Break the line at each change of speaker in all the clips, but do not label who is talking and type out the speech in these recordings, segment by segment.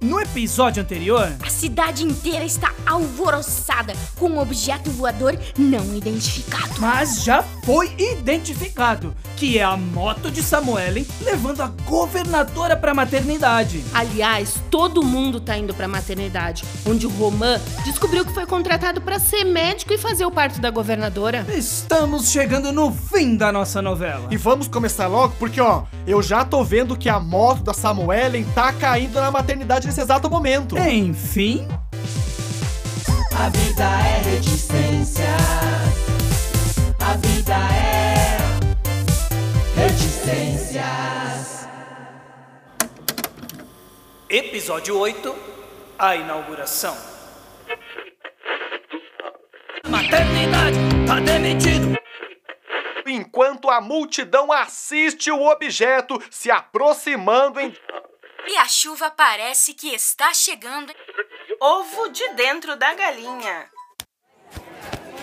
No episódio anterior,
A cidade inteira está alvoroçada com um objeto voador não identificado.
mas já foi identificado, que é a moto de Samuelen levando a governadora pra maternidade.
Aliás, todo mundo tá indo pra maternidade, onde o Roman descobriu que foi contratado pra ser médico e fazer o parto da governadora.
Estamos chegando no fim da nossa novela.
E vamos começar logo, porque ó, eu já tô vendo que a moto da Samuelen tá caindo na maternidade nesse exato momento.
Enfim. A vida é reticência. A vida é reticências. Episódio 8 A inauguração. Maternidade tá demitido.
Enquanto a multidão assiste o objeto se aproximando em.
E a chuva parece que está chegando.
Ovo de dentro da galinha.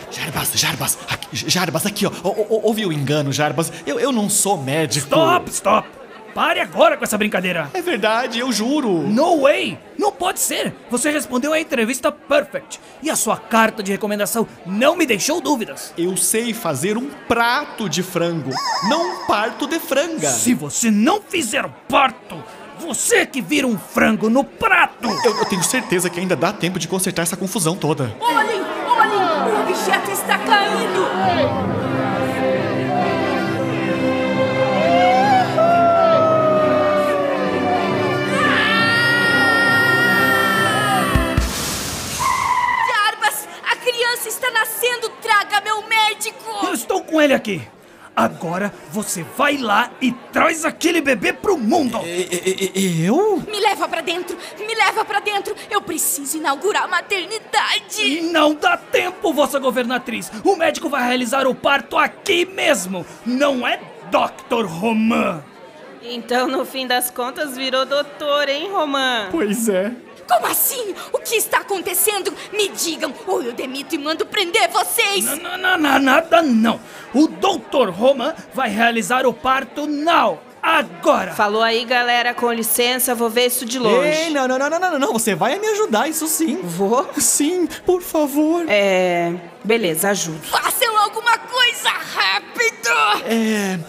Jarbas, Jarbas, aqui, Jarbas, aqui, ó. O- o- ouve o engano, Jarbas. Eu, eu não sou médico.
Stop, stop. Pare agora com essa brincadeira.
É verdade, eu juro.
No way! Não pode ser! Você respondeu a entrevista perfect e a sua carta de recomendação não me deixou dúvidas.
Eu sei fazer um prato de frango, não um parto de franga.
Se você não fizer o parto, você que vira um frango no prato!
Eu, eu tenho certeza que ainda dá tempo de consertar essa confusão toda.
Olhem, olhem, o objeto está caindo.
Jarbas, a criança está nascendo. Traga meu
Eu
médico.
estou com ele aqui! Agora você vai lá e traz aquele bebê pro mundo!
Eu?
Me leva pra dentro. Me leva pra dentro. Eu preciso inaugurar a maternidade.
E não dá tempo, vossa governatriz! O médico vai realizar o parto aqui mesmo! Não é Dr. Roman!
Então, no fim das contas, virou doutor, hein, Romã?
Pois é.
Como assim? O que está acontecendo? Me digam, ou eu demito e mando prender vocês.
Não, não, não, não, nada não. O Dr. Roman vai realizar o parto now, agora.
Falou aí, galera, com licença, vou ver isso de longe.
Ei, não, não, não, não, não, não, você vai me ajudar, isso sim. Vou? Sim, por favor. É,
É. Beleza, ajudo.
Façam alguma coisa rápido.
É,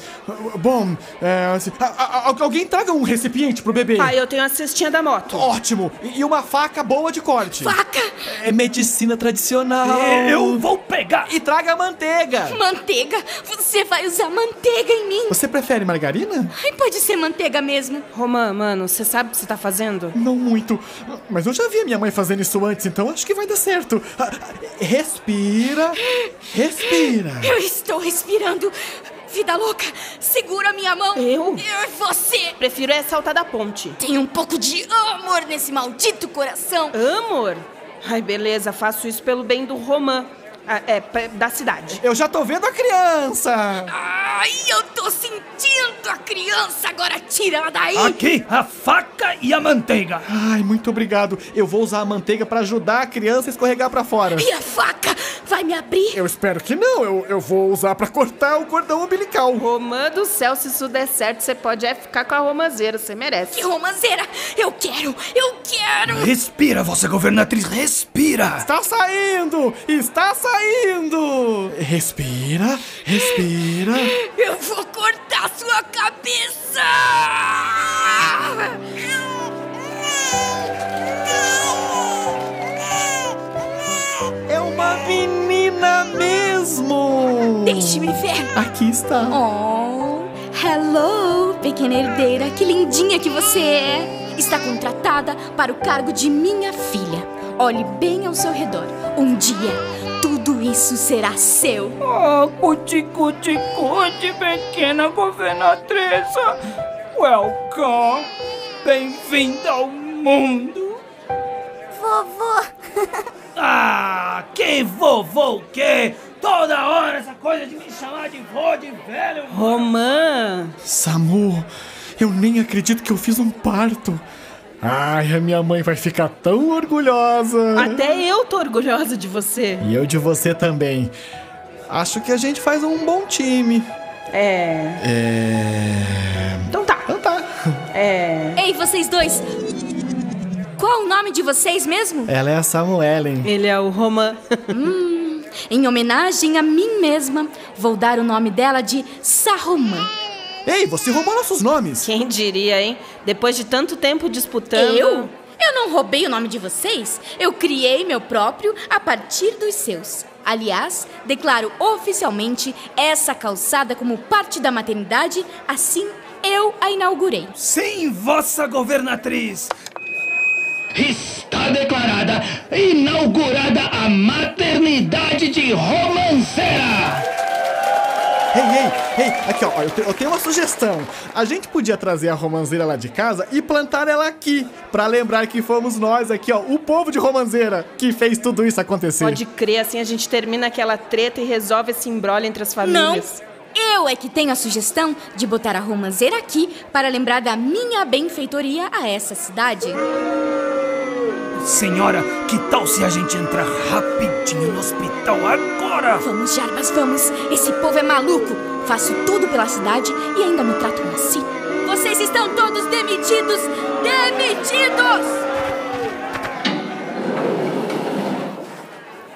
bom, é, se- a- a- a- alguém traga um recipiente pro bebê.
Pai, eu tenho a cestinha da moto.
Ótimo, e e uma faca boa de corte.
Faca,
É medicina tradicional.
É, Eu vou pegar.
E traga manteiga.
manteiga. Você vai usar manteiga em mim.
Você prefere margarina?
Ai, pode ser manteiga mesmo.
Romã, mano, você sabe o que você tá fazendo?
Não muito, mas eu já vi a minha mãe fazendo isso antes, então acho que vai dar certo. Ah, ah, Respira, respira.
Eu estou respirando. Vida louca, segura minha mão.
Eu?
Eu e você.
Prefiro é saltar da ponte.
Tem um pouco de amor nesse maldito coração.
Amor? Ai, beleza, faço isso pelo bem do Romã. Ah, é, pe- da cidade.
Eu já tô vendo a criança.
Ai, eu tô sentindo a criança. Agora tira ela daí.
Aqui a faca e a manteiga.
Ai, muito obrigado. Eu vou usar a manteiga pra ajudar a criança a escorregar pra fora.
E a faca vai me abrir.
Eu espero que não. Eu, eu vou usar pra cortar o cordão umbilical.
Romã do céu, se isso der certo, você pode é ficar com a romanzeira, você merece.
Que romanceira! Eu quero! Eu quero!
Respira, vossa governatriz, respira.
Está saindo! Está saindo! Respira, respira.
Eu vou cortar sua cabeça! Não!
É uma menina mesmo!
Deixe-me ver!
Aqui está.
Oh, hello, pequena herdeira, que lindinha que você é! Está contratada para o cargo de minha filha. Olhe bem ao seu redor. Um dia, tudo isso será seu.
Oh, cuti, cuti, cuti, pequena governatriz. Welcome. Bem-vinda ao mundo.
Vovô,
Ah, que vovô o quê? Toda hora essa coisa de me chamar de vô, de velho.
Romã!
Samu, eu nem acredito que eu fiz um parto. Ai, a minha mãe vai ficar tão orgulhosa.
Até eu tô orgulhosa de você.
E eu de você também. Acho que a gente faz um bom time.
É.
É.
Então tá.
Então tá.
É.
Ei, vocês dois! Qual o nome de vocês mesmo?
Ela é a Samuelen.
Ele é o Roman.
Em homenagem a mim mesma, vou dar o nome dela de Saruman.
Ei, você roubou nossos nomes!
Quem diria, hein? Depois de tanto tempo disputando.
Eu? Eu não roubei o nome de vocês. Eu criei meu próprio a partir dos seus. Aliás, declaro oficialmente essa calçada como parte da maternidade, assim eu a inaugurei.
Sim, vossa governatriz.
Está declarada inaugurada a maternidade de Romancera.
Ei, ei, ei, aqui ó, ó, eu, te- eu tenho uma sugestão. A gente podia trazer a romanzeira lá de casa e plantar ela aqui, Pra lembrar que fomos nós aqui, ó, o povo de romanzeira, que fez tudo isso acontecer.
Pode crer, assim a gente termina aquela treta e resolve esse embrolho entre
Não!
as famílias.
Eu é que tenho a sugestão de botar a romanceira aqui para lembrar da minha benfeitoria a essa cidade.
Senhora, que tal se a gente entrar rapidinho no hospital agora?
Vamos, Jarbas, vamos! Esse povo é maluco! Faço tudo pela cidade e ainda me tratam assim. Vocês estão todos demitidos! Demitidos!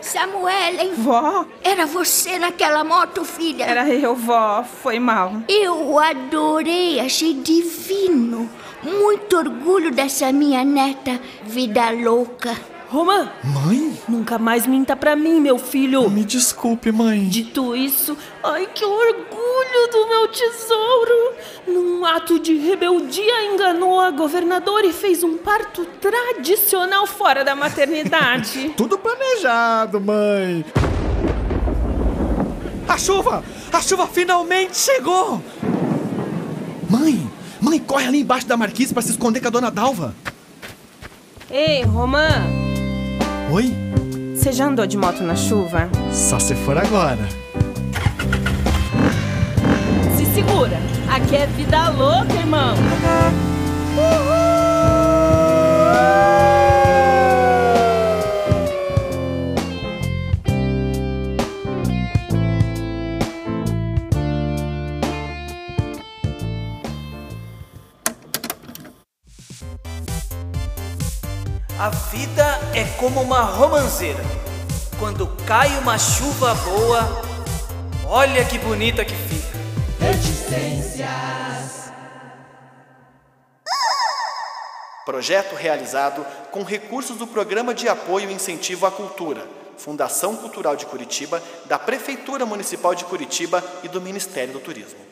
Samuel,
Vó?
era você naquela moto, filha?
Era eu, vó. Foi mal.
Eu adorei, achei divino. Muito orgulho dessa minha neta, vida louca.
Roman,
Mãe?
nunca mais minta pra mim, meu filho.
Me desculpe, mãe.
Dito isso, ai que orgulho do meu tesouro! Num ato de rebeldia, enganou a governadora e fez um parto tradicional fora da maternidade.
Tudo planejado, mãe. A chuva! A chuva finalmente chegou! Mãe! Mãe, corre ali embaixo da marquise pra se esconder com a dona Dalva.
Ei, Roman,
Oi?
você já andou de moto na chuva?
Só se for agora.
Se segura, aqui é vida louca, irmão!
A vida é como uma romanceira. Quando cai uma chuva boa, olha que bonita que fica.
Projeto realizado com recursos do Programa de Apoio e Incentivo à Cultura, Fundação Cultural de Curitiba, da Prefeitura Municipal de Curitiba e do Ministério do Turismo.